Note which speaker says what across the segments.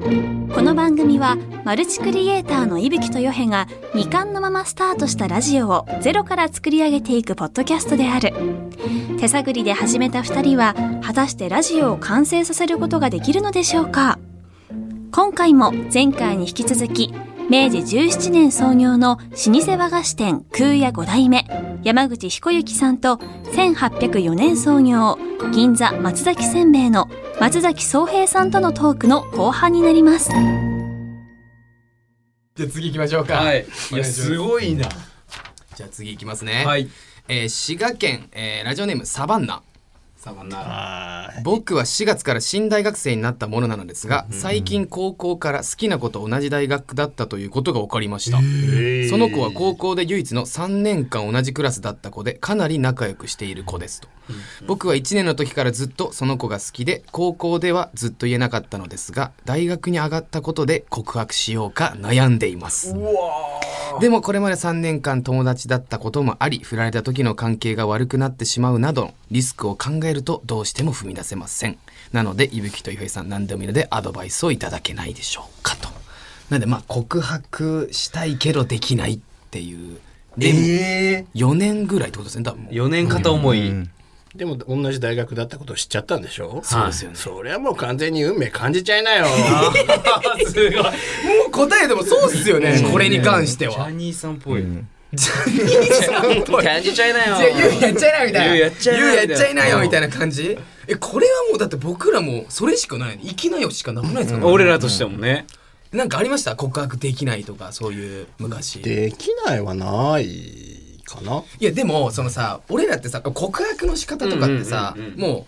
Speaker 1: この番組はマルチクリエイターの伊吹とよへが未完のままスタートしたラジオをゼロから作り上げていくポッドキャストである手探りで始めた2人は果たしてラジオを完成させることができるのでしょうか今回も前回に引き続き明治17年創業の老舗和菓子店空屋5代目山口彦之さんと1804年創業銀座松崎せんべいの松崎宗平さんとのトークの後半になります
Speaker 2: じゃあ次行きましょうか。
Speaker 3: はい。
Speaker 2: お
Speaker 3: い
Speaker 2: 願
Speaker 3: や、
Speaker 2: いします
Speaker 3: ごいな。
Speaker 4: じゃあ次いきますね、
Speaker 3: はい。
Speaker 4: えー滋賀県、えーラジオネームサバンナ
Speaker 2: サバンナ。
Speaker 3: あ
Speaker 4: 僕は4月から新大学生になったものなのですが、最近高校から好きな子と同じ大学だったということが分かりました、その子は高校で唯一の3年間同じクラスだった子でかなり仲良くしている子ですと、僕は1年の時からずっとその子が好きで高校ではずっと言えなかったのですが大学に上がったことで告白しようか悩んでいますでもこれまで3年間友達だったこともあり振られた時の関係が悪くなってしまうなどのリスクを考えるとどうしても踏み出せませんなので伊吹とゆへさん何でもいいのでアドバイスをいただけないでしょうかとなのでまあ告白したいけどできないっていうでも
Speaker 3: ええ。
Speaker 4: 4年ぐらいってことですね多分もう
Speaker 3: 四年片思い。
Speaker 5: でも同じ大学だったことを知っちゃったんでしょ
Speaker 4: そうですよね
Speaker 5: そりゃもう完全に運命感じちゃい なよ。
Speaker 3: すごい。
Speaker 4: 答えでもそうっすよねこれに関して
Speaker 3: ジャ
Speaker 4: は
Speaker 3: ニーさんっぽい。
Speaker 2: 感じちゃいなよ
Speaker 4: いやゆうやっちゃいなよみたいな
Speaker 3: ゆうやっちゃいな
Speaker 4: ゆ
Speaker 3: よ
Speaker 4: うやっちゃいなよみたいな感じえこれはもうだって僕らもそれしかない生きなよしかなくないですか、ね
Speaker 3: 俺らとしてもね。
Speaker 4: なんかありました告白できないとかそういう昔い
Speaker 5: できないはないかな。
Speaker 4: やでもそのさ俺らってさ告白の仕方とかってさ、
Speaker 3: うんうんうんうん
Speaker 4: もう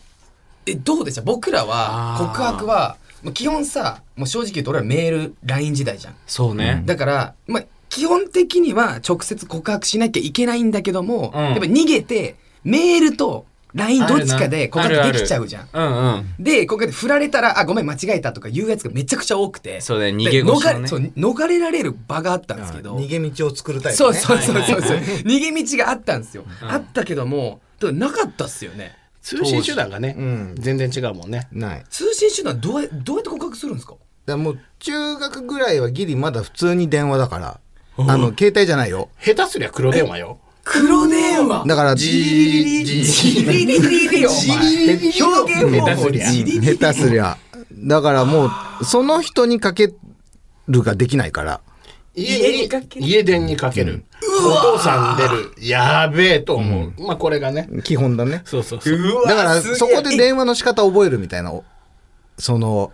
Speaker 4: えどうでした僕らは
Speaker 3: あー
Speaker 4: 告白はもう基本さもう正直言うと俺らメール LINE 時代じゃん
Speaker 3: そうね。
Speaker 4: だから、まあ、基本的には直接告白しなきゃいけないんだけども、
Speaker 3: うん
Speaker 4: やっぱ逃げてメールと LINE どっちかで告
Speaker 3: ある
Speaker 4: 白
Speaker 3: あ
Speaker 4: で
Speaker 3: る
Speaker 4: きちゃうじゃん。
Speaker 3: うんうん。
Speaker 4: で、こうやって振られたら、あ、ごめん、間違えたとか言うやつがめちゃくちゃ多くて。
Speaker 3: そうね
Speaker 4: で
Speaker 3: 逃げ腰の
Speaker 4: 逃
Speaker 3: ね
Speaker 4: れそう逃れられる場があったんですけど。
Speaker 2: 逃げ道を作るタイプ、
Speaker 4: そ
Speaker 2: ね。
Speaker 4: うそうそうそうそう。逃げ道があったんですよ。あったけども、ただなかったっすよね。
Speaker 5: 通信手段がね、
Speaker 2: うん
Speaker 5: 全然違うもんね。
Speaker 2: ない。だか
Speaker 4: 通信手段どうや、どうやって告白するんですから
Speaker 2: もう中学ぐらいはギリまだ普通に電話だから。あの携帯じゃないよ。
Speaker 5: 下手すりゃ黒電話よ。
Speaker 4: 黒電話
Speaker 2: だから
Speaker 4: ジリリリリジリリリリよ、お前。
Speaker 2: リリリ
Speaker 4: 表現方法
Speaker 2: うん
Speaker 4: ジリリリ
Speaker 2: 下手すりゃ。だからもうその人にかけるができないから。
Speaker 5: 家に家電にかける。お父さん出る。やべえと思う。まあこれがね。
Speaker 2: 基本だね。
Speaker 5: そうそうそう。
Speaker 2: だからそこで電話の仕方覚えるみたいな。おそ の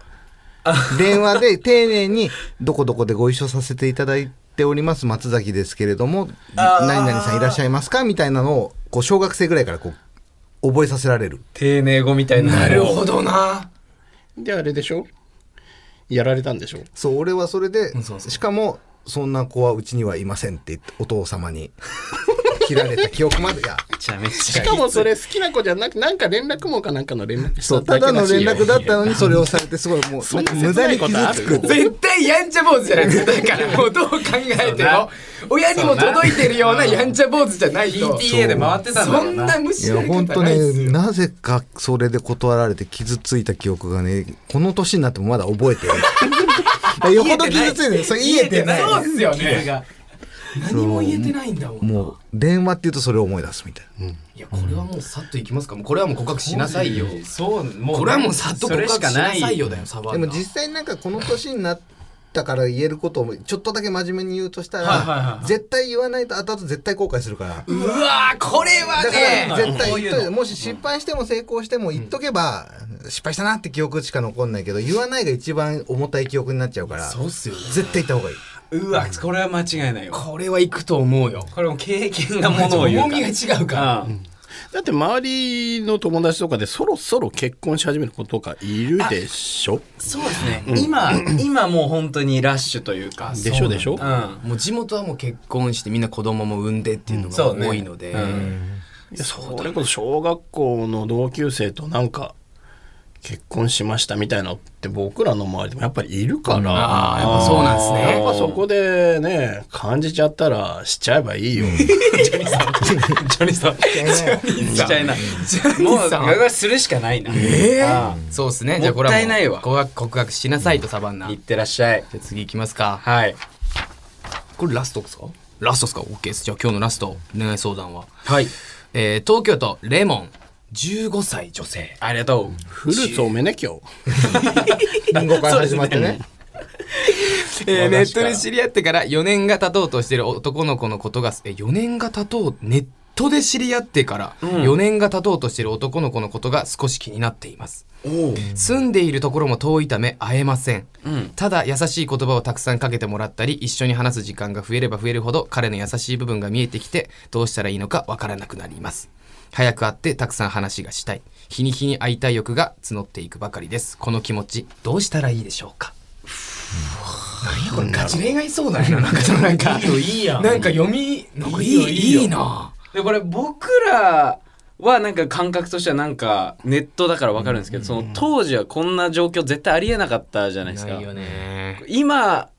Speaker 2: 電話で丁寧にどこどこでご一緒させていただいております松崎ですけれども何々さんいらっしゃいますかみたいなのをこう小学生ぐらいからこう覚えさせられる。
Speaker 3: 丁寧語みたいな。
Speaker 4: なるほどな。
Speaker 5: で、あれでしょやられたんでしょ
Speaker 2: そう俺はそれで
Speaker 4: んそうそう
Speaker 2: しかもそんな子はうちにはいませんって言ってお父様に 切られた記憶までいや
Speaker 3: めちゃめち
Speaker 5: し
Speaker 3: ゃ。
Speaker 5: かもそれ好きな子じゃなく、なんか連絡網かなんかの連絡
Speaker 2: そうただの連絡だったのにそれをされてすごいもう
Speaker 5: そんな
Speaker 2: 無駄に
Speaker 5: 切
Speaker 2: 傷
Speaker 5: ないことあ
Speaker 2: つ
Speaker 5: る
Speaker 2: く。
Speaker 4: 絶対やんちゃ坊主じゃないですか。だから、もうどう考えても、親にも届いてるようなやんちゃ坊主じゃないと。
Speaker 3: PTA で回ってたんだ
Speaker 4: そ
Speaker 3: ろうんな。
Speaker 4: な無
Speaker 2: い
Speaker 4: 視
Speaker 2: や本当
Speaker 4: ないっす
Speaker 2: ね
Speaker 4: よ。
Speaker 2: なぜかそれで断られて傷ついた記憶がねこの年になってもまだ覚えてるよほど傷ついてるそれ言えてない
Speaker 4: そうっすよね。何も言えてないんだもん。
Speaker 2: もう電話っていうとそれを思い出すみたいない
Speaker 4: や、これはもうさっといきますか。もうこれはもう告白しなさいよ。
Speaker 3: そう、もう。
Speaker 4: これはもうさっと
Speaker 3: そ
Speaker 4: 告
Speaker 3: れ
Speaker 4: 白
Speaker 3: し
Speaker 4: し
Speaker 3: か
Speaker 4: な
Speaker 3: ない
Speaker 4: さいよだよ、サバ
Speaker 2: で
Speaker 4: ンナ。
Speaker 2: も実際なんかこの年になったから言えることをちょっとだけ真面目に言うとした
Speaker 3: はいはい
Speaker 2: ら
Speaker 3: はい
Speaker 2: 絶対言わないと後々絶対後悔するから
Speaker 4: うわー、これは
Speaker 2: だから
Speaker 4: ね、
Speaker 2: 絶対
Speaker 3: こうい
Speaker 2: 言
Speaker 3: う
Speaker 2: っ
Speaker 3: の
Speaker 2: といてもし失敗しても成功しても言っとけば失敗したなって記憶しか残んないけど言わないが一番重たい記憶になっちゃうから
Speaker 4: そうっすよね。
Speaker 2: 絶対言った方がいいう
Speaker 3: わ、これは間違いないよ。
Speaker 4: これは行くと思うよ。
Speaker 3: これも経験がものを言う
Speaker 4: 重
Speaker 3: から。
Speaker 4: みが違うから。
Speaker 3: うん
Speaker 5: だって周りの友達とかでそろそろ結婚し始める子とかいるでしょ
Speaker 3: そうですね。今、今もう本当にラッシュというか。
Speaker 5: でしょでし
Speaker 3: う
Speaker 5: ょ
Speaker 3: ん。
Speaker 4: もう地元はもう結婚してみんな子供も産んでっていうのが
Speaker 3: そうね
Speaker 4: 多いので、
Speaker 3: うん
Speaker 5: いやそれこそ小学校の同級生となんか結婚しましたみたいなのって僕らの周りでもやっぱりいるから。
Speaker 4: あーやっぱそうなんですね
Speaker 5: やっぱそこでね、感じちゃったらしちゃえばいいよ。
Speaker 3: ジョニーさん。しちゃいな。もう、ガガするしかないな。あ
Speaker 4: そうですね。じゃあこれは
Speaker 3: もったいないわ
Speaker 4: 告白告白しなさいとサバンナ。
Speaker 3: あいっ
Speaker 4: じ
Speaker 3: てらっしゃい。
Speaker 4: ゃあ次行きますか。
Speaker 3: はい。
Speaker 4: これラストですかラストですか ?OK です。じゃあ今日のラスト、恋愛相談は。
Speaker 3: はい。
Speaker 4: えー、東京都、レモン、15歳女性。
Speaker 3: ありがと
Speaker 5: フルーツ多めね、今日。
Speaker 2: 文語会始まってね。
Speaker 4: えー、ネットで知り合ってから4年が経とうとしている男の子のことが、え、4年が経とう、ネットで知り合ってから4年が経とうとしている男の子のことが少し気になっています。
Speaker 3: う。お
Speaker 4: 住んでいるところも遠いため会えません、
Speaker 3: うん
Speaker 4: ただ優しい言葉をたくさんかけてもらったり一緒に話す時間が増えれば増えるほど彼の優しい部分が見えてきてどうしたらいいのかわからなくなります早く会ってたくさん話がしたい日に日に会いたい欲が募っていくばかりですこの気持ちどうしたらいいでしょうか何やこれガチ恋愛相談やななんかそのなんかいいよいいやなんか読みなんかいいいいな
Speaker 3: で、これ僕らはなんか感覚としてはなんかネットだからわかるんですけど、その当時はこんな状況絶対ありえなかったじゃないですか。
Speaker 4: ね
Speaker 3: 今、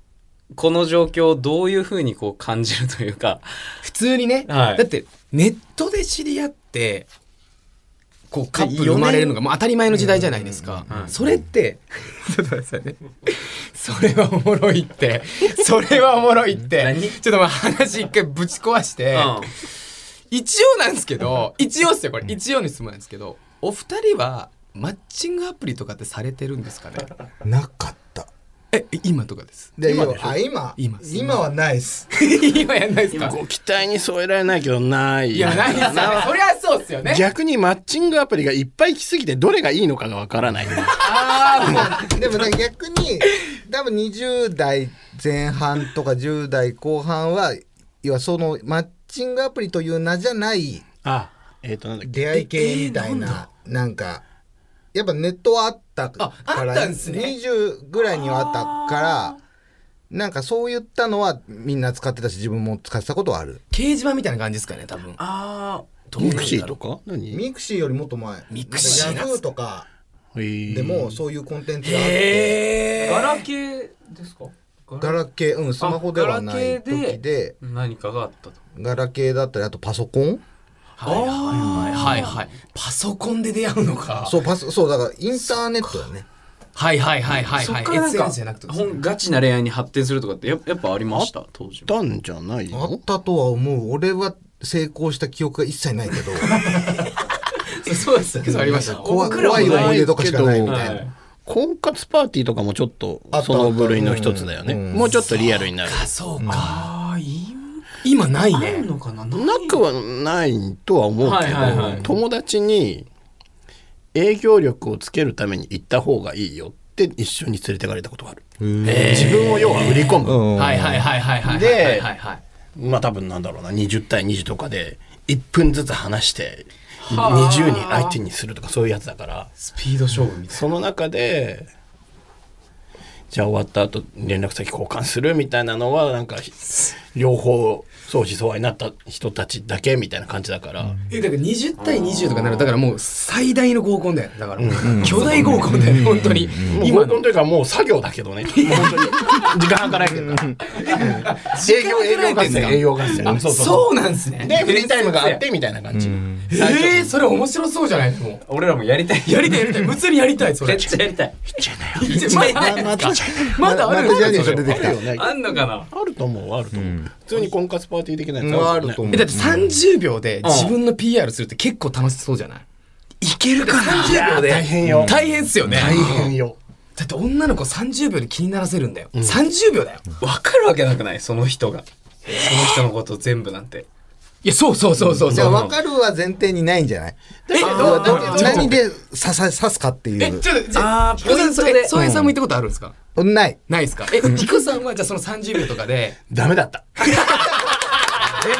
Speaker 3: この状況をどういうふうにこう感じるというか。
Speaker 4: 普通にね、
Speaker 3: はい
Speaker 4: だってネットで知り合ってこうカップル生まれるのがもう当たり前の時代じゃないですか、
Speaker 3: うん
Speaker 4: それって ちょっと待ってくださいねそれはおもろいってそれはおもろいって
Speaker 3: 何
Speaker 4: ちょっとまあ話一回ぶち壊して、一応なんですけど一応っすよこれ一応に質問なんですけどお二人はマッチングアプリとかってされてるんですかね
Speaker 2: なかった。
Speaker 4: え今とかです
Speaker 2: で今あ今
Speaker 4: 今
Speaker 2: はないっす。
Speaker 4: 今やんないですか
Speaker 5: ご期待に添えられないけど、ない。
Speaker 4: いやないですよねそりゃそうっすよね
Speaker 5: 逆にマッチングアプリがいっぱい来すぎてどれがいいのかがわから ない。
Speaker 2: でもなんか逆に多分20代前半とか10代後半は要はそのマッチングアプリという名じゃない
Speaker 5: あ、えっ、となんだっけ。
Speaker 2: 出会い系みたいな、なんかやっぱネットはあったか
Speaker 4: ああ
Speaker 2: ら
Speaker 4: ったんすね
Speaker 2: 20ぐらいにはあったからなんかそういったのはみんな使ってたし自分も使ってたことはある
Speaker 4: 掲示板みたいな感じですかね多分
Speaker 3: ああ。
Speaker 4: どう
Speaker 5: ミ
Speaker 4: なんだろう
Speaker 5: クシーとか何
Speaker 2: ミクシーよりもっと前
Speaker 4: ミクシーなんす
Speaker 2: ヤフーとかで
Speaker 5: で
Speaker 2: もそういうコンテンツがあって
Speaker 4: へ
Speaker 3: ガラケーですか
Speaker 2: ガラケーうんスマホではな
Speaker 3: ガ
Speaker 2: い
Speaker 3: ラケー
Speaker 2: 時で
Speaker 3: 何かがあったと。
Speaker 2: ガラケーだったりあとパソコン
Speaker 4: はいはいはいはいはいパソコンで出会うのか
Speaker 2: そうパスそうだからインターネットだね
Speaker 4: はいはいはいはい
Speaker 3: そ
Speaker 4: は
Speaker 3: っ
Speaker 4: い
Speaker 3: からなん
Speaker 4: SNS
Speaker 3: か
Speaker 4: じゃなくてですね
Speaker 3: 本ガチな恋愛に発展するとかってややっぱありました当時
Speaker 5: たんじゃない
Speaker 2: あ
Speaker 5: の
Speaker 2: ったとは思う俺は成功した記憶が一切ないけど
Speaker 3: そうですよ
Speaker 4: そうありました
Speaker 2: 怖
Speaker 3: 僕らも
Speaker 2: 怖
Speaker 3: ない
Speaker 2: い思い出とかしかないみたい
Speaker 3: は
Speaker 2: ない
Speaker 5: 婚活パーティーとかもちょっと
Speaker 2: あった
Speaker 5: その部類の一つだよね、
Speaker 2: あったうん
Speaker 5: もうちょっとリアルになる
Speaker 4: あそうか
Speaker 3: ああいい
Speaker 4: 今ない
Speaker 3: あ
Speaker 4: ね
Speaker 3: るのかなな
Speaker 5: なくはないとは思うけど、
Speaker 3: はいはいはい
Speaker 5: 友達に営業力をつけるために行った方がいいよって一緒に連れてかれたことがある、自分を要は売り込む、
Speaker 4: はいはいはいはいはい
Speaker 5: で
Speaker 4: はいはいはい
Speaker 5: まあ多分なんだろうな20対20とかで1分ずつ話して20人相手にするとかそういうやつだから
Speaker 3: スピード勝負みたい
Speaker 5: その中でじゃあ終わった後連絡先交換するみたいなのはなんかひ両方相思相愛になった人たちだけみたいな感じだから、
Speaker 4: えだから20対20とかなるだからもう最大の合コンだよだからもう巨大合コンだよ本当に
Speaker 5: もう
Speaker 4: 今
Speaker 5: 合
Speaker 4: の
Speaker 5: コンというかもう作業だけどねもう本当に時間がないけど営業営業合戦営業合戦
Speaker 4: あ
Speaker 5: そうそう
Speaker 4: そうなんですね
Speaker 5: でフリータイムがあってみたいな感じ、
Speaker 4: えーそれ面白そうじゃないでも
Speaker 3: な俺らもやりたい
Speaker 4: やりたいやりたい普通にやりたいそ
Speaker 3: め
Speaker 4: れ
Speaker 3: っ ちゃやりたい
Speaker 4: まだあるんですかまだあるん
Speaker 2: まだジャ
Speaker 4: です
Speaker 2: ニーズ
Speaker 4: か
Speaker 2: 出てきた
Speaker 5: あるよね
Speaker 3: あんのかな
Speaker 5: あると思うあると思う、普通に婚活パーティー的なやつ
Speaker 2: のはあると思う
Speaker 4: えだって30秒で自分の PR するって結構楽しそうじゃないいけるかな30秒で
Speaker 5: 大変よ
Speaker 4: 大変っすよね
Speaker 5: 大変よ
Speaker 4: だって女の子30秒で気にならせるんだよ、30秒だよ
Speaker 3: わかるわけなくないその人がその人のこと全部なんて
Speaker 4: いやそうそうそうそう
Speaker 2: じ
Speaker 4: そ
Speaker 2: ゃあ
Speaker 4: う
Speaker 2: 分かるは前提にないんじゃない
Speaker 4: えどう
Speaker 2: 要は
Speaker 4: どう
Speaker 2: だ何で刺さ刺すかって
Speaker 4: え
Speaker 2: いう
Speaker 4: ちょっとじゃ
Speaker 3: あーポイントで
Speaker 4: えそうえさんも言ったことあるんですか、
Speaker 2: ない
Speaker 4: ないですかえリコさんはじゃあその30秒とかで
Speaker 5: ダメだった。全然。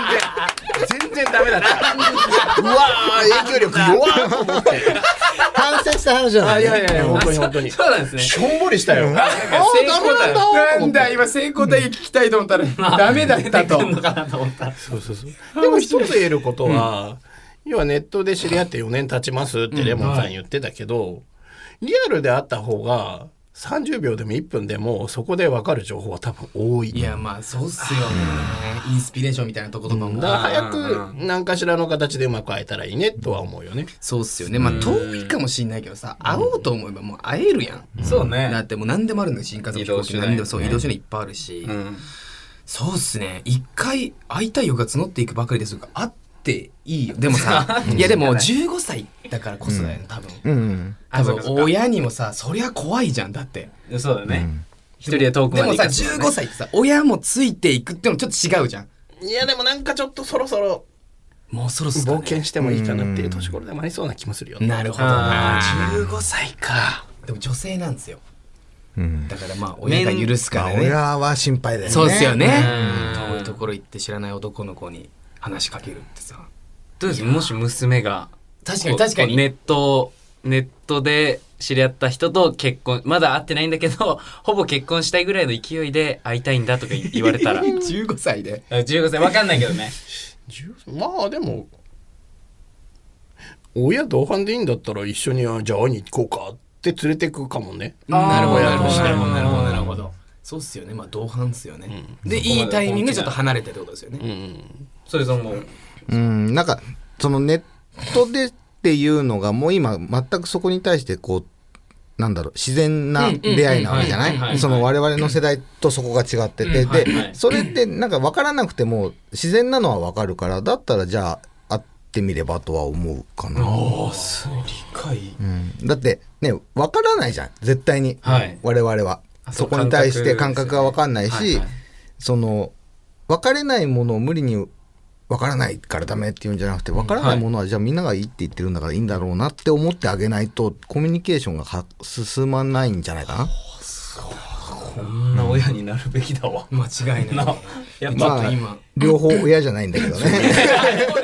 Speaker 5: 全然ダメだった。うわー、影響力弱っと思って。
Speaker 2: 反省した話じゃない
Speaker 5: いやいやいや、本当に
Speaker 3: あ
Speaker 5: 本当に。し
Speaker 3: そうなんですね
Speaker 5: ょんぼりしたよ。
Speaker 3: なんか成功だよ
Speaker 4: なんだ今成功体験聞きたいと思 ったら、ダメだったと
Speaker 3: あんのかなと思った
Speaker 5: そうそうそう。でも一つ言えることは、要はネットで知り合って4年経ちますってレモンさん言ってたけど、リアルであった方が30秒でも1分でもそこで分かる情報は多分多い
Speaker 4: いやまあそうっすよねインスピレーションみたいなとことかも
Speaker 5: だから
Speaker 3: うん
Speaker 5: 早く何かしらの形でうまく会えたらいいねとは思うよね。
Speaker 4: そうっすよねまあ遠いかもしんないけどさ会おうと思えばもう会えるやん
Speaker 3: そう
Speaker 4: だってもう何でもあるんだよ新幹線も飛行機も何でもそう移
Speaker 3: 移
Speaker 4: 動
Speaker 3: 動
Speaker 4: 手段いっぱいあるし、
Speaker 3: うん
Speaker 4: そうっすね一回会いたい欲が募っていくばかりですが会っていいよでも さいやでも15歳だからこそだよね多分、
Speaker 2: うんうん。
Speaker 4: 多
Speaker 3: あそうかそう
Speaker 4: 分
Speaker 3: か
Speaker 4: 親にもさそりゃ怖いじゃんだって
Speaker 3: そうだね一人で遠く
Speaker 4: で
Speaker 3: まで
Speaker 4: も
Speaker 3: 行
Speaker 4: さ
Speaker 3: かせて
Speaker 4: 15歳ってさ親もついていくってのもちょっと違うじゃん
Speaker 5: いやでもなんかちょっとそろそろ
Speaker 4: もうそろそ
Speaker 5: 冒
Speaker 4: ろ、
Speaker 5: 険してもいいかなっていう年頃でもありそうな気もするよね。
Speaker 4: なるほどな
Speaker 3: あー
Speaker 4: 15歳かでも女性なんですよ
Speaker 2: うん。
Speaker 4: だからまあ親が許すか
Speaker 2: まあ、
Speaker 4: らね
Speaker 2: 親は心配だよね。
Speaker 4: そうですよね
Speaker 3: うん
Speaker 4: 遠いところ行って知らない男の子に話しかけるってさ
Speaker 3: どうですもし娘が
Speaker 4: 確かに確か
Speaker 3: こ
Speaker 4: に
Speaker 3: うネットネットで知り合った人と結婚まだ会ってないんだけど ほぼ結婚したいぐらいの勢いで会いたいんだとか言われ たら
Speaker 4: 15歳で
Speaker 3: 15歳わかんないけどね
Speaker 5: 10まあでも親同伴でいいんだったら一緒にあじゃあ会いに行こうかって連れてくかもね。
Speaker 4: なるほど
Speaker 5: あ
Speaker 4: なる
Speaker 5: ー
Speaker 4: ほどなるほど
Speaker 3: な
Speaker 4: な
Speaker 3: る
Speaker 4: る
Speaker 3: ほ
Speaker 4: ほ
Speaker 3: ど
Speaker 4: どな
Speaker 3: なる
Speaker 4: る
Speaker 3: ほ
Speaker 4: ほ
Speaker 3: ど
Speaker 4: どそうっすよねまあ同伴っすよね
Speaker 5: う
Speaker 4: で
Speaker 3: そこま
Speaker 4: い
Speaker 3: で
Speaker 4: いタイミングでちょっと離れてってことですよね
Speaker 5: うん。
Speaker 3: それとも
Speaker 2: うん。なんか、そのネットでっていうのが、もう今、全くそこに対して、こう、なんだろう自然な出会いなわけじゃな
Speaker 3: うんうんうんはいはいはいはい
Speaker 2: いその我々の世代とそこが違ってて、
Speaker 3: うんはいはい
Speaker 2: でそれってなんか分からなくても自然なのは分かるからだったらじゃあ会ってみればとは思うかな、
Speaker 5: あす理解。
Speaker 2: うんだってね分からないじゃん絶対に、
Speaker 3: はい
Speaker 2: 我々は
Speaker 3: あそ
Speaker 2: そうこに対して
Speaker 3: 感
Speaker 2: 感
Speaker 3: 覚ですよ
Speaker 2: 覚
Speaker 3: ね
Speaker 2: が分かんないし、
Speaker 3: はいはい
Speaker 2: その分かれないものを無理に分からないからダメっていうんじゃなくて分からないものはじゃあみんながいいって言ってるんだからいいんだろうなって思ってあげないとコミュニケーションがは進まないんじゃないかな。
Speaker 3: こんな親になるべきだわ
Speaker 4: 間違いない
Speaker 3: やっ
Speaker 4: ちょ
Speaker 3: ぱ
Speaker 4: っと今
Speaker 2: 両方親じゃないんだけどね。
Speaker 3: い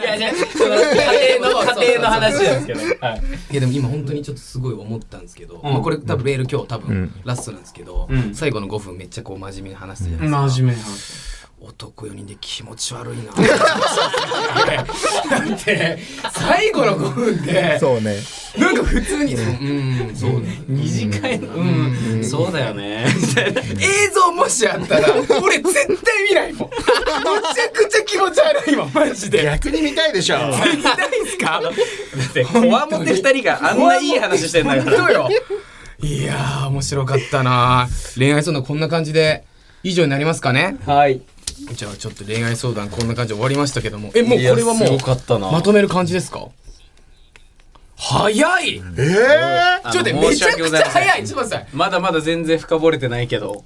Speaker 3: やじゃあその家庭の家庭の話なんですけどはい
Speaker 4: いやでも今本当にちょっとすごい思ったんですけどまあこれ多分メール今日多分ラストなんですけど
Speaker 3: うん
Speaker 4: 最後の5分めっちゃこう真面目に話してたじゃないですか
Speaker 3: 真面目な
Speaker 4: 男4人で気持ち悪いなだって最後の5分で
Speaker 2: そうね。
Speaker 4: なんか普通にうんそうね
Speaker 3: 二次会のうんそうだよね
Speaker 4: 映像もしあったら俺絶対見ないもんめちゃくちゃ気持ち悪いもんマジで
Speaker 5: 逆に見たいでしょ。
Speaker 4: 見ないんすか
Speaker 3: だってこわもて二人があんないい話してんだから
Speaker 4: 本当よいやー面白かったな恋愛相談こんな感じで以上になりますかね
Speaker 3: はい
Speaker 4: じゃあちょっと恋愛相談こんな感じで終わりましたけどもえもうこ
Speaker 3: いや
Speaker 4: れはも
Speaker 3: すごかった
Speaker 4: う
Speaker 3: な
Speaker 4: まとめる感じですか早い
Speaker 5: ええ
Speaker 4: ちょっと待ってめちゃくちゃ早いちょっと待ってください
Speaker 3: まだまだ全然深掘れてないけど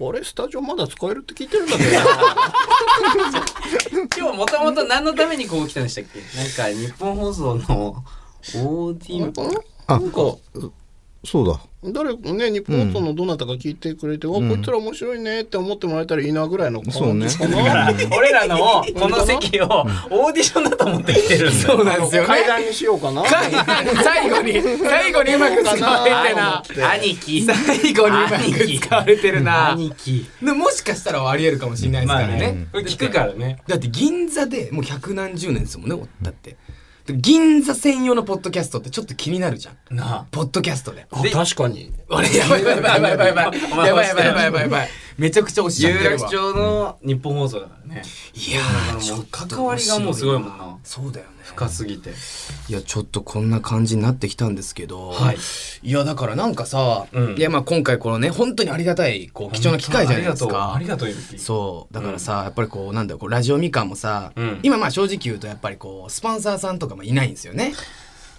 Speaker 5: あれスタジオまだ使えるって聞いてるんだけどな。
Speaker 3: 今日もともと何のためにこう来たんでしたっけなんか日本放送の OD
Speaker 2: あ
Speaker 5: なんか
Speaker 2: そうだ。
Speaker 5: 誰ね日本放送のどなたか聞いてくれて、わこいつら面白いねって思ってもらえたらいいなぐらいの感じか
Speaker 2: そうね
Speaker 5: な。
Speaker 3: 俺らのこの席をオーディションだと思って来てるんだ
Speaker 4: そうなんですよね
Speaker 5: 階段にしようかな。
Speaker 4: 最後に最後にうまく使われてな
Speaker 3: 兄貴
Speaker 4: 最後にうまく使われてるな
Speaker 3: 兄貴
Speaker 4: でもしかしたらありえるかもしれないですからね,、
Speaker 3: これ聞くからね
Speaker 4: だって銀座でもう百何十年ですもんねおだってで銀座専用のポッドキャストってちょっと気になるじゃん
Speaker 3: な
Speaker 4: ポッドキャストで
Speaker 5: あ確かに。
Speaker 4: 俺やばいやばいやばいやばい
Speaker 3: お前
Speaker 4: やばいやばいやばいやばいやばいやばいめちゃくちゃおっしゃっ
Speaker 3: 有
Speaker 4: てる
Speaker 3: 楽
Speaker 4: わ
Speaker 3: 町の日本放送だからね
Speaker 4: いやーちょっと
Speaker 3: 関わりがもうすごいもんな
Speaker 4: そうだよね
Speaker 3: 深すぎて
Speaker 4: いやちょっとこんな感じになってきたんですけど、
Speaker 3: はい、
Speaker 4: やだからなんかさ、
Speaker 3: うん
Speaker 4: いやまあ今回このね本当にありがたいこう貴重な機会じゃないですか
Speaker 3: ありがとうありがとうゆき
Speaker 4: そうだからさ、やっぱりこうなんだろうこうラジオみかんもさ、
Speaker 3: うん
Speaker 4: 今まあ正直言うとやっぱりこうスポンサーさんとかもいないんですよね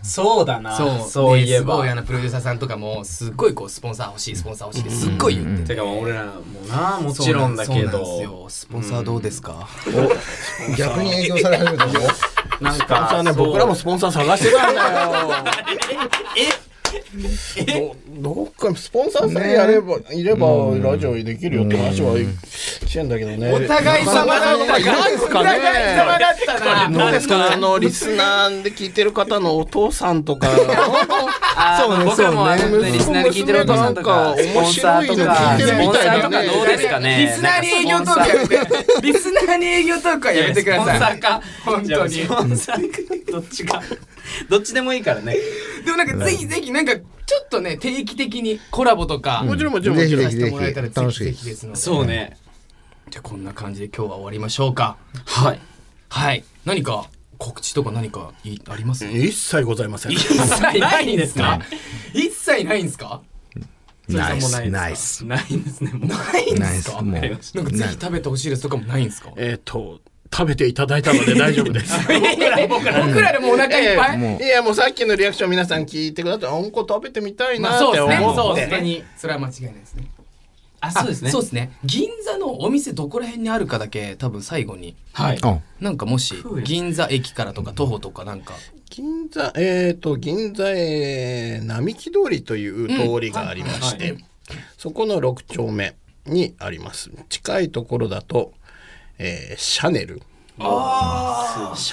Speaker 3: そうだな
Speaker 4: そう
Speaker 3: そういえ
Speaker 4: ですご
Speaker 3: ば
Speaker 4: いあのプロデューサーさんとかもすっごいこうスポンサー欲しいスポンサー欲しいですっごい言ってて
Speaker 3: てかまあ俺らもなもちろんだ
Speaker 4: そ
Speaker 3: け
Speaker 4: うなんですよ
Speaker 3: ど
Speaker 4: スポンサーどうですか、
Speaker 2: 逆に営業され始めたよ。
Speaker 3: なん
Speaker 5: さあ
Speaker 3: か
Speaker 5: ね
Speaker 3: そう
Speaker 5: 僕らもスポンサー探してたんだよ。どどっかスポンサーさえやれば、いればラジオできるよって話はしてんだけどね。
Speaker 4: お互い様だった
Speaker 5: いないです
Speaker 4: お
Speaker 5: かね
Speaker 4: 互い様だったな
Speaker 5: どうですかねあのリスナーで聞いてる方のお父さんとか
Speaker 3: あー僕らもあの
Speaker 5: ね
Speaker 3: リスナーで聞いてるお父さんとか
Speaker 5: なんか面白いの
Speaker 3: スポンサー
Speaker 5: 聞いてるみたい
Speaker 3: スポンサーと
Speaker 5: だね
Speaker 3: かどうですかね
Speaker 4: リスナーに営業トークやめてリスナーに営業トークはやめてください
Speaker 3: スポンサーか
Speaker 4: 本当に
Speaker 3: じゃあスポンサーかどっちかどっちでもいいからね
Speaker 4: でもなんかぜひぜひなんかちょっとね定期的にコラボとか、
Speaker 5: もちろんもちろんも
Speaker 2: ぜ
Speaker 5: ち
Speaker 2: ひ
Speaker 5: ろん
Speaker 4: さ
Speaker 2: ぜひ
Speaker 4: せてもらえたら
Speaker 2: 楽
Speaker 4: ぜひ
Speaker 2: し
Speaker 4: ぜ
Speaker 2: いで。
Speaker 4: ひですすので
Speaker 3: そうね。
Speaker 4: じゃあこんな感じで今日は終わりましょうか
Speaker 3: はい。
Speaker 4: はい何か告知とか何かいあります
Speaker 5: 一切ございません。
Speaker 4: 一切ないんですか一切ないんですか
Speaker 2: ナイス、
Speaker 4: それさんも
Speaker 2: ナ
Speaker 4: な
Speaker 2: イ
Speaker 4: い
Speaker 2: ス。
Speaker 3: ないんですね。もう
Speaker 4: ないん
Speaker 2: ナ
Speaker 4: で
Speaker 2: イ
Speaker 4: す
Speaker 2: ス、
Speaker 4: か
Speaker 2: も
Speaker 4: なん
Speaker 2: う
Speaker 4: か。ぜひ食べてほしいですとかもないんですか
Speaker 5: えっと、食べていただいたので大丈 夫です。
Speaker 4: 僕ら僕らでもうお腹いっぱい、
Speaker 5: ええもういやもうさっきのリアクション皆さん聞いてください。あんこ食べてみたい
Speaker 4: まあ
Speaker 5: な
Speaker 4: そ
Speaker 5: っ
Speaker 4: うで
Speaker 5: て
Speaker 4: す
Speaker 5: 思
Speaker 4: ね
Speaker 5: って。
Speaker 4: そうですねそれは間違いないですね
Speaker 3: あ、
Speaker 4: あ
Speaker 3: そうですね。
Speaker 4: そうですね銀座のお店どこら辺にあるかだけ多分最後に
Speaker 3: はい。
Speaker 2: うん
Speaker 4: なんかもし銀座駅からとか徒歩とかなんか
Speaker 5: 銀座、えっ、と、銀座、えー並木通りという通りがありまし
Speaker 3: う
Speaker 5: て、そこの6丁目にあります。近いところだと、えーシャネル。シ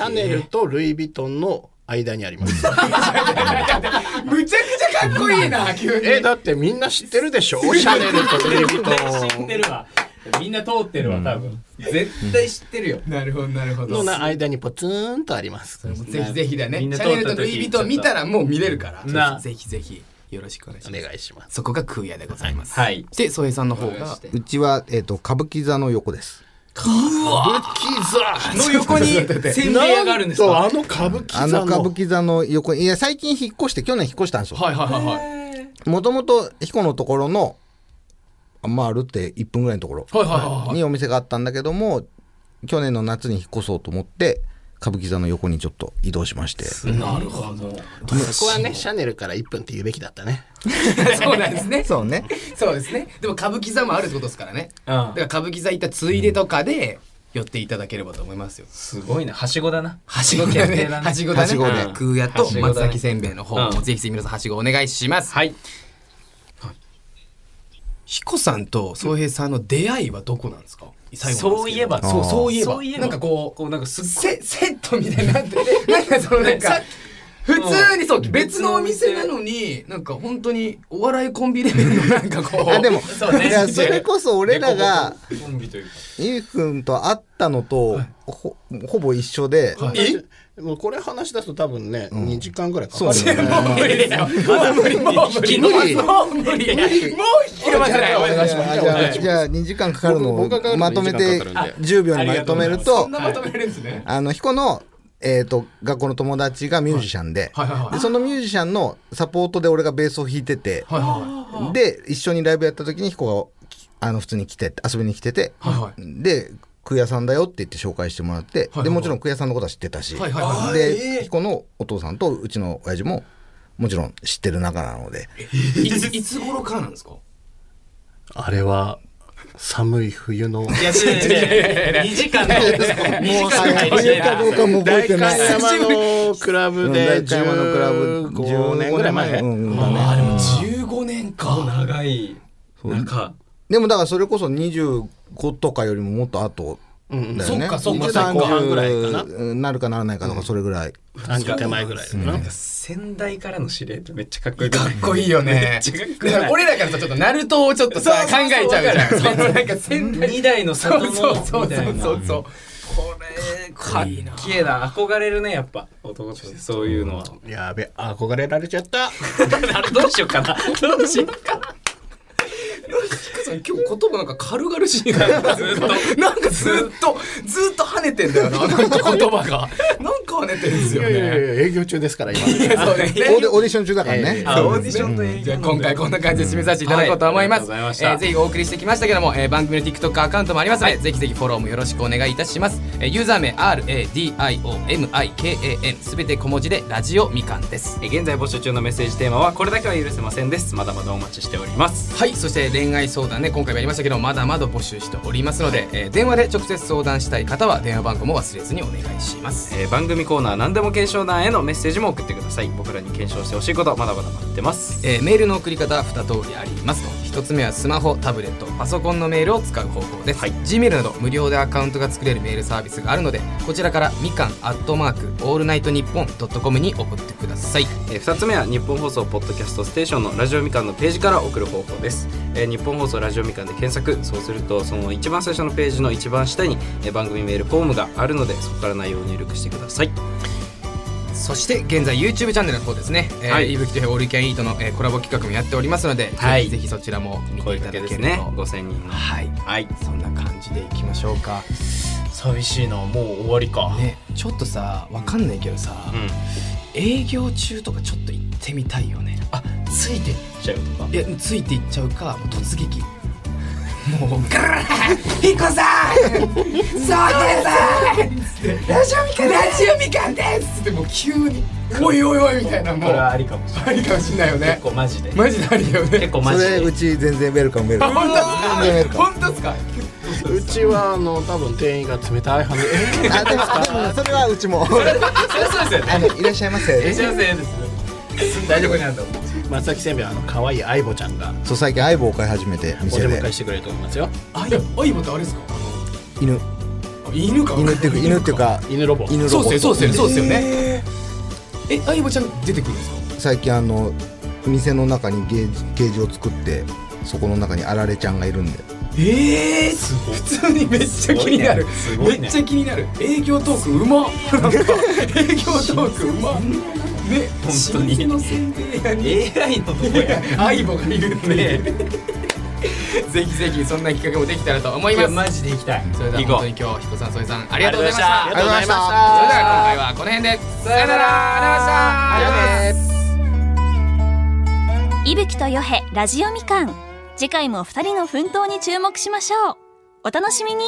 Speaker 5: ャネルとルイ・ヴィトンの間にあります。
Speaker 4: むちゃくちゃかっこ いいな急
Speaker 5: え、だってみんな知ってるでしょシャネルとル イ・ヴィトン
Speaker 3: るわ。みんな通ってるわ、多分。絶対知ってるよ。
Speaker 4: なるほどなるほ
Speaker 5: の
Speaker 4: ど
Speaker 5: な間にポツンとあります。
Speaker 4: もうぜひぜひだね
Speaker 3: みんな
Speaker 4: チ
Speaker 3: 通
Speaker 4: ャンネ
Speaker 3: っ
Speaker 4: ル
Speaker 3: た時
Speaker 4: とルイ・ヴィトン見たらもう見れるから
Speaker 3: な
Speaker 4: ぜひぜひよろしくお願いし
Speaker 5: お
Speaker 4: ます
Speaker 5: 願いします。
Speaker 4: そこが空屋でございます
Speaker 3: はい。
Speaker 4: で曽江さんの方が
Speaker 2: うちは、えっと、歌舞伎座の横です。
Speaker 4: の横にせんべい屋があるんですか
Speaker 5: とあの歌舞
Speaker 2: あ
Speaker 5: 伎座
Speaker 2: の歌舞
Speaker 5: の
Speaker 2: 伎座の横に、いや、最近引っ越して、去年引っ越したんですよ。
Speaker 4: はいはいはいはい
Speaker 2: もともと彦のところの、まあ、歩って1分ぐらいのところ
Speaker 4: はいはいはい
Speaker 2: にお店があったんだけども、去年の夏に引っ越そうと思って、歌舞伎座の横にちょっと移動しまして。
Speaker 4: なるほど
Speaker 5: そこはねシャネルから1分って言うべきだったね。
Speaker 4: そうなんですね
Speaker 2: そうね。
Speaker 4: そうですね。でも歌舞伎座もあるってことですからね。
Speaker 3: う
Speaker 4: だ
Speaker 3: ん
Speaker 4: から歌舞伎座行ったついでとかで寄っていただければと思いますよ。
Speaker 3: すごいな。はしごだな。
Speaker 4: はしごだね。
Speaker 3: うん
Speaker 4: はしごだね。
Speaker 2: はしごで
Speaker 4: うん空屋と
Speaker 3: はしごだ
Speaker 4: 松
Speaker 3: ね
Speaker 4: 崎せんべいの方も
Speaker 3: うん
Speaker 4: ぜひぜひ皆さんはしごお願いします。
Speaker 3: はい。
Speaker 4: 彦さんと宗平さんの出会いはどこなんですか。最後なん
Speaker 3: そ
Speaker 4: です
Speaker 3: うい
Speaker 4: け
Speaker 3: え
Speaker 4: ど
Speaker 3: ば、
Speaker 2: そうそう
Speaker 4: いえばな
Speaker 3: なんん
Speaker 4: か
Speaker 3: か
Speaker 4: こ
Speaker 3: こ
Speaker 4: う
Speaker 3: う、こうなんかすっごい
Speaker 4: セセットみたいになってて、なんかそのなんか
Speaker 3: ね。
Speaker 4: 普通にそう、
Speaker 3: うん
Speaker 4: 別のお店なのに、なんか本当にお笑いコンビレベルのなんかこう。
Speaker 2: あでも、
Speaker 3: そうね
Speaker 2: い やそれこそ俺らが、
Speaker 3: コンビというか。
Speaker 2: ゆうくんと会ったのと、ほほぼ一緒で、
Speaker 5: えもうこれ話し出すと多分ね、2時間ぐらいかかる
Speaker 2: そうね
Speaker 4: もう無理だよ。もう無理、もう無理、もう無理。もう無理。もう引き伸ばせない。
Speaker 5: お願いします
Speaker 2: あじゃあ、じゃあ2時間かかるのを
Speaker 5: 僕僕がかかるの
Speaker 2: ま
Speaker 5: に
Speaker 2: とめて
Speaker 5: 時間かかるん
Speaker 2: 10秒にまとめる
Speaker 4: そ
Speaker 2: と
Speaker 4: ん、なまとめるんですね。
Speaker 2: あの、彦の、えっ、と、学校の友達がミュージシャンで、
Speaker 4: はいはいはい
Speaker 2: でそのミュージシャンのサポートで俺がベースを弾いてて、
Speaker 4: はいは
Speaker 2: で、一緒にライブやった時に彦が、きあの、普通に来て、遊びに来てて、
Speaker 4: はいは
Speaker 2: で、クヤさんだよって言って紹介してもらって、
Speaker 4: はいはい
Speaker 2: で、もちろんクヤさんのことは知ってたし、
Speaker 4: はいはいはい
Speaker 2: で、彦のお父さんとうちの親父も、もちろん知ってる仲なので、
Speaker 4: い。いついつ頃からなんですか。
Speaker 5: あれは寒い冬の
Speaker 3: いや、2時間の、2時間の入り
Speaker 2: 入
Speaker 3: し
Speaker 2: れ
Speaker 3: た
Speaker 2: た
Speaker 3: い
Speaker 2: どうかも覚えてない。
Speaker 5: 大観山のクラブで
Speaker 2: 大観山のクラブ
Speaker 5: 15年ぐらい前、
Speaker 2: うんうんだね
Speaker 4: ああでも十五年か。
Speaker 3: 長い。なんか、
Speaker 2: でもだからそれこそ25とかよりももっと後だよね。
Speaker 4: そっかそっか
Speaker 2: 20
Speaker 5: 30後半ぐらいかな
Speaker 2: 30なるかならないかとかそれぐらい。
Speaker 5: 30手前ぐらいかな、
Speaker 3: なんか先代からの指令ってめっちゃかっこいい。
Speaker 4: かっこいいよね
Speaker 3: めっちゃかっ。こ
Speaker 4: だ
Speaker 3: いい
Speaker 4: から。俺らからさちょっとナルトをちょっとさ考
Speaker 3: そうそう
Speaker 4: えちゃうじゃん。
Speaker 3: そう
Speaker 4: そのなんか先輩。
Speaker 3: 2代の
Speaker 4: そ
Speaker 3: 里
Speaker 4: うそう
Speaker 3: の
Speaker 4: そ
Speaker 3: み
Speaker 4: う
Speaker 3: たいな
Speaker 4: そうそう。
Speaker 3: かっけえな憧れるねやっぱ男としてそういうのは
Speaker 5: やべ憧れられちゃった
Speaker 3: あれどうしようかなどうしようか
Speaker 4: 彦さん今日言葉なんか軽々しい ななんかずっとなんかずっとずっと跳ねてんだよ ななんか言葉がなんか跳ねてるんです
Speaker 5: い
Speaker 4: よ
Speaker 5: やいやい
Speaker 4: ね
Speaker 5: や営業中ですから今
Speaker 4: いやそうです
Speaker 2: オ
Speaker 4: ね
Speaker 2: ーディオーディション中だからね。
Speaker 3: なあオーディションと映
Speaker 4: じゃあ
Speaker 3: 画
Speaker 4: 今回こんな感じで締めさせていただこうと思います。
Speaker 3: はいありがとうございまし
Speaker 4: え
Speaker 3: た
Speaker 4: ーぜひお送りしてきましたけども、えー番組の TikTok アカウントもありますので、ぜひぜひフォローもよろしくお願いいたします。えーユーザー名 RADIOMIKAN すべて小文字でラジオみかんです。
Speaker 3: 現在募集中のメッセージテーマはこれだけは許せませんですまだまだお待ちしております
Speaker 4: はい、そして恋愛相談ね、今回もやりましたけど、まだまだ募集しておりますので、えー電話で直接相談したい方は電話番号も忘れずにお願いします。
Speaker 3: えー番組コーナー何でも検証団へのメッセージも送ってください僕らに検証してほしいことまだまだ待ってます
Speaker 4: えーメールの送り方は2通りあります1つ目はスマホタブレットパソコンのメールを使う方法です、
Speaker 3: はい
Speaker 4: Gmail など無料でアカウントが作れるメールサービスがあるのでこちらからみかんアットマークオールナイトニッポンドットコムに送ってください
Speaker 3: えー、2つ目は日本放送ポッドキャストステーションのラジオみかんのページから送る方法です、えー日本放送ラジオみかんで検索そうするとその一番最初のページの一番下に、えー番組メールフォームがあるのでそこから内容を入力してください
Speaker 4: そして現在 YouTube チャンネルの方ですね、えー
Speaker 3: はい
Speaker 4: いぶきとヘオリケンイートの、えーコラボ企画もやっておりますので、
Speaker 3: はい
Speaker 4: ぜひそちらも見て
Speaker 3: 声
Speaker 4: いた
Speaker 3: か
Speaker 4: だ
Speaker 3: け
Speaker 4: け
Speaker 3: で
Speaker 4: る
Speaker 3: す
Speaker 4: と、
Speaker 3: ね5000人の
Speaker 4: はい
Speaker 3: はい
Speaker 4: そんな感じでいきましょうか
Speaker 5: 寂しいなもう終わりか、
Speaker 4: ねちょっとさわかんないけどさ、
Speaker 3: うん
Speaker 4: 営業中とかちょっと行ってみたいよね
Speaker 5: あついてっちゃうとか
Speaker 4: いやついていっちゃうかもう突撃もうガラッヒコさんそうですラジオみかんラジオみかんですってもう急においおいおいみたいなもうあ
Speaker 5: りかもしれ
Speaker 4: りかもしんないよね
Speaker 5: 構マジで
Speaker 4: マジでありだよね
Speaker 3: 結構
Speaker 2: そ
Speaker 3: マジ
Speaker 2: れ
Speaker 3: で
Speaker 2: うち全然ウェルカムウェルカム
Speaker 4: 本当
Speaker 2: 全然ウェル
Speaker 4: ですか
Speaker 2: カム
Speaker 4: 本当ですか
Speaker 5: うちはあの多分店員が冷たい派で
Speaker 2: あでもでもそれはうちもあのいらっしゃいませ
Speaker 4: 大丈夫なんだもん
Speaker 5: 松崎せんべいはあの可愛い相棒ちゃんが
Speaker 2: そう最近相棒を飼い始めて
Speaker 5: お出
Speaker 2: 店で
Speaker 5: 迎えしてくれると思いますよ
Speaker 4: あいやあいもってあれですか
Speaker 2: 犬
Speaker 4: あの犬か
Speaker 2: 犬っていうか犬っていうか
Speaker 5: 犬ロボ
Speaker 2: 犬ロ
Speaker 4: そ
Speaker 2: ボ
Speaker 4: うっ
Speaker 2: ッ
Speaker 4: す
Speaker 2: ト
Speaker 4: よそうっすよねそうっすよねえあいもちゃん出てくるんですか
Speaker 2: 最近あの店の中にゲージゲージを作ってそこの中にあられちゃんがいるんで
Speaker 4: ええ普通にめっちゃ気になる、
Speaker 5: すごいねすごいね
Speaker 4: めっちゃ気になる営業トークうまなんか営業トークうまね
Speaker 3: 本当に
Speaker 4: 老舗の宣伝屋に
Speaker 3: AI のとこや
Speaker 4: 相棒がいるっていう
Speaker 3: ね
Speaker 4: ぜひぜひそんな企画もできたらと思い
Speaker 3: い
Speaker 4: ます
Speaker 3: やマジで行きたい
Speaker 4: それでは
Speaker 3: 行こう
Speaker 4: 本当に今日彦さんそいさんありがとうございました
Speaker 5: あり
Speaker 4: そ
Speaker 5: がとうございました
Speaker 4: れでは今回はこの辺でさよならありがとうございました
Speaker 1: いぶきとよへラジオみかん次回も2人の奮闘に注目しましょうお楽しみに